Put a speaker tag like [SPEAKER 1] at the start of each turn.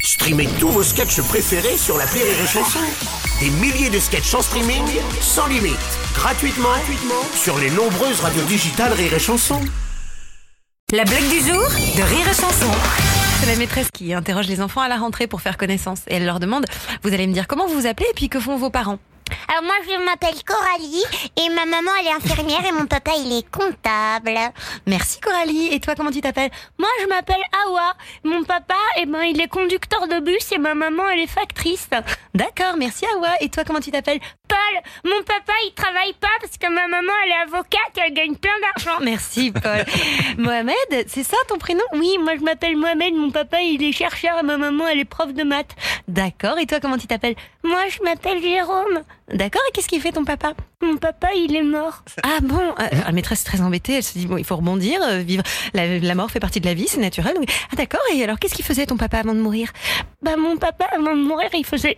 [SPEAKER 1] Streamez tous vos sketchs préférés sur la Rire et Chanson. Des milliers de sketchs en streaming, sans limite, gratuitement, gratuitement sur les nombreuses radios digitales Rire et Chanson.
[SPEAKER 2] La blague du jour de Rire et Chanson. C'est la maîtresse qui interroge les enfants à la rentrée pour faire connaissance. Et elle leur demande Vous allez me dire comment vous vous appelez et puis que font vos parents
[SPEAKER 3] Alors moi je m'appelle Coralie et ma maman elle est infirmière et mon papa il est comptable.
[SPEAKER 2] Merci Coralie. Et toi, comment tu t'appelles
[SPEAKER 3] Moi je m'appelle Awa. Mon papa eh ben il est conducteur de bus et ma maman elle est factrice.
[SPEAKER 2] D'accord, merci Awa. Et toi, comment tu t'appelles
[SPEAKER 3] Paul, mon papa il travaille pas parce que ma maman elle est avocate et elle gagne plein d'argent.
[SPEAKER 2] Merci Paul. Mohamed, c'est ça ton prénom
[SPEAKER 3] Oui, moi je m'appelle Mohamed, mon papa il est chercheur et ma maman elle est prof de maths.
[SPEAKER 2] D'accord. Et toi, comment tu t'appelles
[SPEAKER 3] Moi je m'appelle Jérôme.
[SPEAKER 2] D'accord. Et qu'est-ce qu'il fait ton papa
[SPEAKER 3] Mon papa il est mort.
[SPEAKER 2] Ah bon Euh, La maîtresse est très embêtée. Elle se dit Bon, il faut rebondir, euh, vivre. La, la mort fait partie de la vie, c'est naturel. Donc- Ah d'accord. Et alors, qu'est-ce qu'il faisait ton papa avant de mourir
[SPEAKER 3] Bah mon papa avant de mourir il faisait...